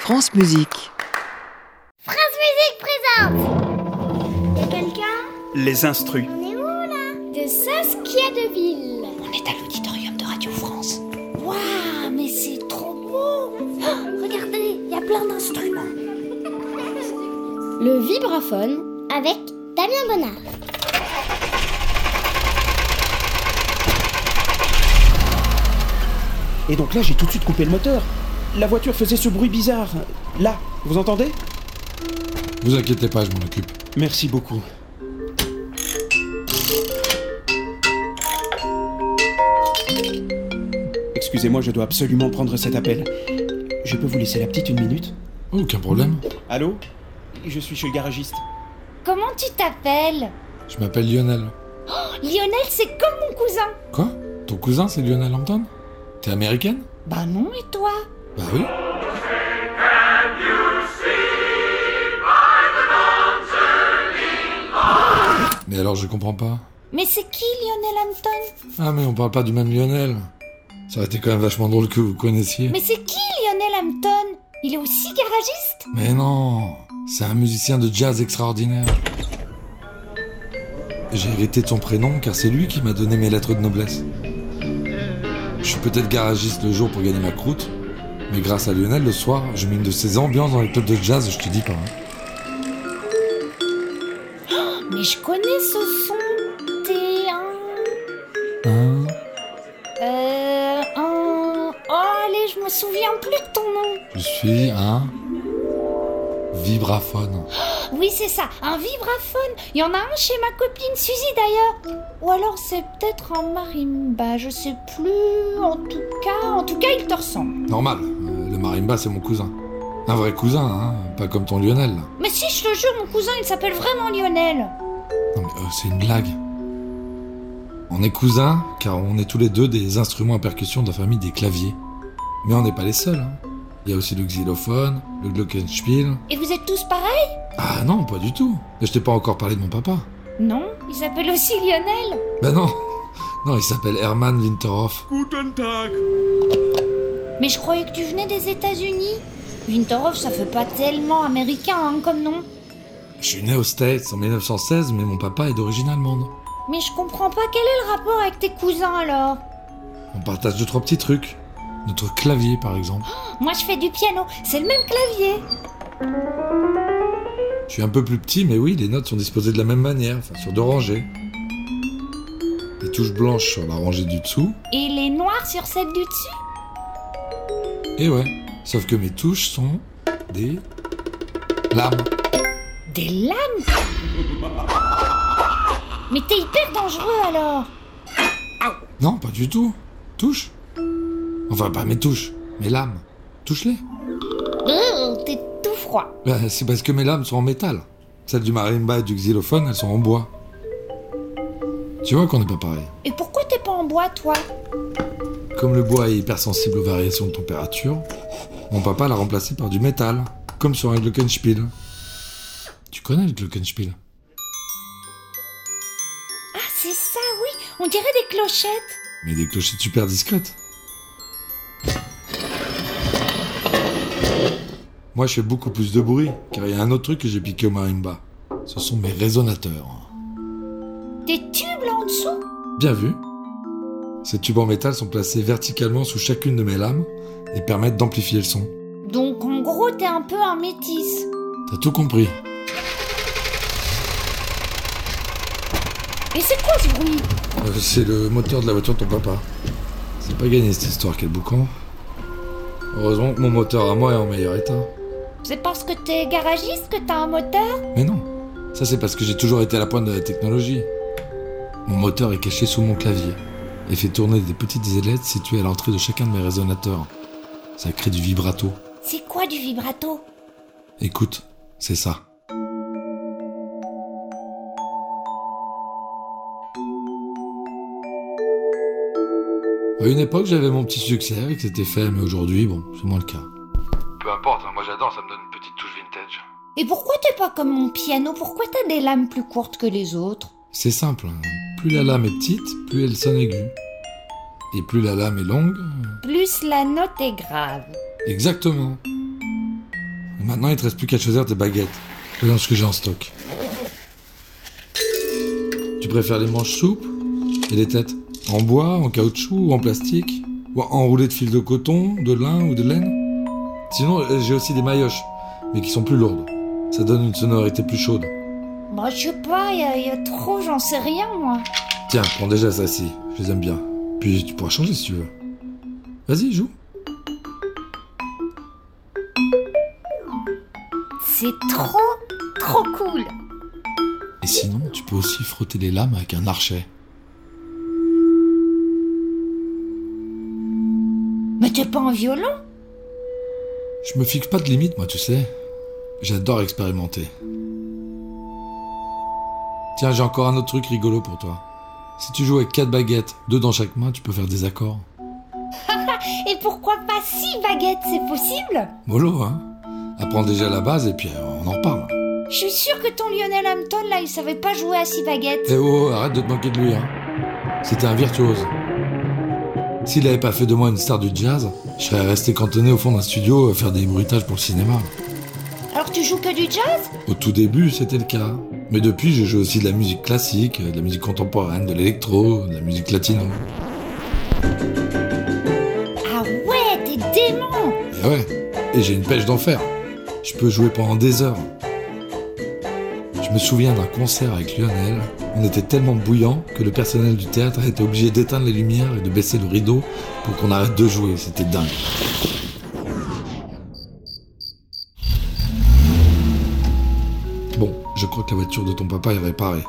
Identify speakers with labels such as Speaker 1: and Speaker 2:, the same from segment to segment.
Speaker 1: France Musique.
Speaker 2: France Musique présente Y'a quelqu'un
Speaker 3: Les instruits.
Speaker 2: On est où là De Saskia de Ville.
Speaker 4: On est à l'auditorium de Radio France.
Speaker 2: Waouh, mais c'est trop beau Oh, Regardez, il y a plein d'instruments. Le vibraphone avec Damien Bonnard.
Speaker 5: Et donc là, j'ai tout de suite coupé le moteur. La voiture faisait ce bruit bizarre. Là, vous entendez
Speaker 6: Vous inquiétez pas, je m'en occupe.
Speaker 5: Merci beaucoup. Excusez-moi, je dois absolument prendre cet appel. Je peux vous laisser la petite une minute
Speaker 6: Aucun problème.
Speaker 5: Allô Je suis chez le garagiste.
Speaker 2: Comment tu t'appelles
Speaker 6: Je m'appelle Lionel.
Speaker 2: Lionel, c'est comme mon cousin.
Speaker 6: Quoi Ton cousin, c'est Lionel Hampton T'es américaine
Speaker 2: Bah non, et toi
Speaker 6: Bah oui. Mais alors, je comprends pas.
Speaker 2: Mais c'est qui Lionel Hampton
Speaker 6: Ah, mais on parle pas du même Lionel. Ça aurait été quand même vachement drôle que vous connaissiez.
Speaker 2: Mais c'est qui Lionel Hampton Il est aussi garagiste
Speaker 6: Mais non C'est un musicien de jazz extraordinaire. J'ai hérité de son prénom car c'est lui qui m'a donné mes lettres de noblesse. Je suis peut-être garagiste le jour pour gagner ma croûte, mais grâce à Lionel, le soir, je mets une de ces ambiances dans les clubs de jazz, je te dis pas. hein.
Speaker 2: Mais je connais ce son. T'es un.
Speaker 6: Hein
Speaker 2: Euh. Un. Oh, allez, je me souviens plus de ton nom.
Speaker 6: je suis un vibraphone.
Speaker 2: Oui, c'est ça, un vibraphone. Il y en a un chez ma copine Suzy d'ailleurs. Ou alors c'est peut-être un marimba, je sais plus. En tout cas, en tout cas, il te ressemble.
Speaker 6: Normal, euh, le marimba c'est mon cousin. Un vrai cousin, hein, pas comme ton Lionel. là.
Speaker 2: Mais si, je te jure, mon cousin, il s'appelle vraiment Lionel.
Speaker 6: Non mais euh, c'est une blague. On est cousins car on est tous les deux des instruments à percussion de la famille des claviers. Mais on n'est pas les seuls. hein. Il y a aussi le xylophone, le glockenspiel.
Speaker 2: Et vous êtes tous pareils
Speaker 6: Ah non, pas du tout. Mais Je t'ai pas encore parlé de mon papa.
Speaker 2: Non, il s'appelle aussi Lionel.
Speaker 6: Ben non. Non, il s'appelle Hermann Winterhoff.
Speaker 2: Mais je croyais que tu venais des États-Unis. Winterhoff, ça fait pas tellement américain hein, comme nom.
Speaker 6: Je suis né aux States en 1916, mais mon papa est d'origine allemande.
Speaker 2: Mais je comprends pas quel est le rapport avec tes cousins alors.
Speaker 6: On partage deux trois petits trucs. Notre clavier par exemple.
Speaker 2: Moi, je fais du piano, c'est le même clavier.
Speaker 6: Je suis un peu plus petit, mais oui, les notes sont disposées de la même manière, enfin, sur deux rangées. Les touches blanches sur la rangée du dessous.
Speaker 2: Et les noirs sur celle du dessus
Speaker 6: Et ouais, sauf que mes touches sont des lames.
Speaker 2: Des lames Mais t'es hyper dangereux alors
Speaker 6: Non, pas du tout. Touches Enfin, pas mes touches, mes lames. Touche-les.
Speaker 2: Brrr, Mmh, T'es tout froid.
Speaker 6: Ben, c'est parce que mes lames sont en métal. Celles du marimba et du xylophone, elles sont en bois. Tu vois qu'on n'est pas pareil.
Speaker 2: Et pourquoi t'es pas en bois toi
Speaker 6: Comme le bois est hypersensible aux variations de température, mon papa l'a remplacé par du métal, comme sur un glockenspiel. Tu connais le glockenspiel
Speaker 2: Ah c'est ça oui, on dirait des clochettes.
Speaker 6: Mais des clochettes super discrètes. Moi, je fais beaucoup plus de bruit, car il y a un autre truc que j'ai piqué au marimba. Ce sont mes résonateurs.
Speaker 2: Des tubes là en dessous
Speaker 6: Bien vu. Ces tubes en métal sont placés verticalement sous chacune de mes lames et permettent d'amplifier le son.
Speaker 2: Donc en gros t'es un peu un métis.
Speaker 6: T'as tout compris.
Speaker 2: Et c'est quoi ce bruit
Speaker 6: Euh, C'est le moteur de la voiture de ton papa. C'est pas gagné cette histoire, quel boucan. Heureusement que mon moteur à moi est en meilleur état.
Speaker 2: C'est parce que t'es garagiste que t'as un moteur
Speaker 6: Mais non, ça c'est parce que j'ai toujours été à la pointe de la technologie. Mon moteur est caché sous mon clavier et fait tourner des petites ailettes situées à l'entrée de chacun de mes résonateurs. Ça crée du vibrato.
Speaker 2: C'est quoi du vibrato
Speaker 6: Écoute, c'est ça. À une époque, j'avais mon petit succès avec cet effet, mais aujourd'hui, bon, c'est moins le cas. Peu importe, hein, moi j'adore, ça me donne une petite touche vintage.
Speaker 2: Et pourquoi t'es pas comme mon piano Pourquoi t'as des lames plus courtes que les autres
Speaker 6: C'est simple, hein. plus la lame est petite, plus elle sonne aiguë. Et plus la lame est longue,
Speaker 2: Plus la note est grave.
Speaker 6: exactement. Maintenant, il te reste plus qu'à choisir tes baguettes. Voyons ce que j'ai en stock. Tu préfères les manches souples et les têtes En bois, en caoutchouc ou en plastique Ou enroulées de fil de coton, de lin ou de laine Sinon, euh, j'ai aussi des maillotches, mais qui sont plus lourdes. Ça donne une sonorité plus chaude.
Speaker 2: Bah, je sais pas, il y, a- y a trop, j'en sais rien, moi.
Speaker 6: Tiens, prends déjà ça ci je les aime bien. Puis tu pourras changer si tu veux. Vas-y, joue.
Speaker 2: C'est trop, trop cool.
Speaker 6: Et sinon, tu peux aussi frotter les lames avec un archet.
Speaker 2: Mais t'es pas un violon
Speaker 6: Je me fixe pas de limite, moi, tu sais. J'adore expérimenter. Tiens, j'ai encore un autre truc rigolo pour toi. Si tu joues avec quatre baguettes, deux dans chaque main, tu peux faire des accords.
Speaker 2: Et pourquoi pas six baguettes, c'est possible
Speaker 6: Mollo, hein Apprends déjà la base et puis euh, on en reparle.
Speaker 2: Je suis sûre que ton Lionel Hampton, là, il savait pas jouer à six baguettes.
Speaker 6: Eh oh, oh, arrête de te moquer de lui, hein. C'était un virtuose. S'il avait pas fait de moi une star du jazz, je serais resté cantonné au fond d'un studio à faire des bruitages pour le cinéma.
Speaker 2: Alors tu joues que du jazz
Speaker 6: Au tout début, c'était le cas. Mais depuis, je joue aussi de la musique classique, de la musique contemporaine, de l'électro, de la musique latino.
Speaker 2: Ah ouais, t'es dément
Speaker 6: Et ouais, et j'ai une pêche d'enfer. Je peux jouer pendant des heures. Je me souviens d'un concert avec Lionel. On était tellement bouillants que le personnel du théâtre a été obligé d'éteindre les lumières et de baisser le rideau pour qu'on arrête de jouer. C'était dingue. Bon, je crois que la voiture de ton papa est réparée.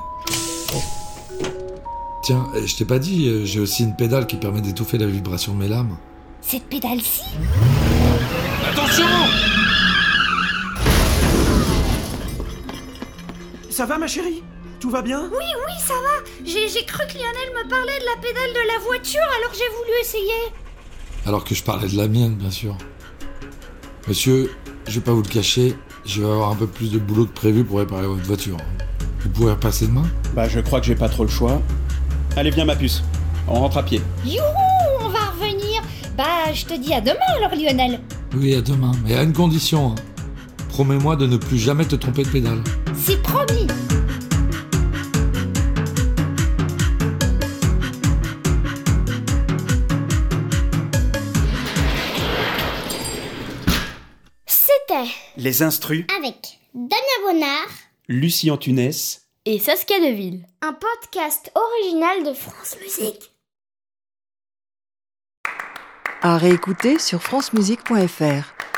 Speaker 6: Tiens, euh, je t'ai pas dit, euh, j'ai aussi une pédale qui permet d'étouffer la vibration de mes lames.
Speaker 2: Cette pédale-ci
Speaker 5: Ça va, ma chérie Tout va bien
Speaker 2: Oui, oui, ça va. J'ai j'ai cru que Lionel me parlait de la pédale de la voiture, alors j'ai voulu essayer.
Speaker 6: Alors que je parlais de la mienne, bien sûr. Monsieur, je vais pas vous le cacher, je vais avoir un peu plus de boulot que prévu pour réparer votre voiture. Vous pourrez repasser demain
Speaker 5: Bah, je crois que j'ai pas trop le choix. Allez, viens, ma puce. On rentre à pied.
Speaker 2: Youhou, on va revenir. Bah, je te dis à demain alors, Lionel.
Speaker 6: Oui, à demain, mais à une condition. hein. Promets-moi de ne plus jamais te tromper de pédale.
Speaker 2: C'est promis.
Speaker 1: C'était
Speaker 5: Les instrus,
Speaker 1: avec Dana Bonnard,
Speaker 5: Lucie Antunès,
Speaker 3: Et Saskia Deville.
Speaker 1: un podcast original de France Musique.
Speaker 7: À réécouter sur francemusique.fr.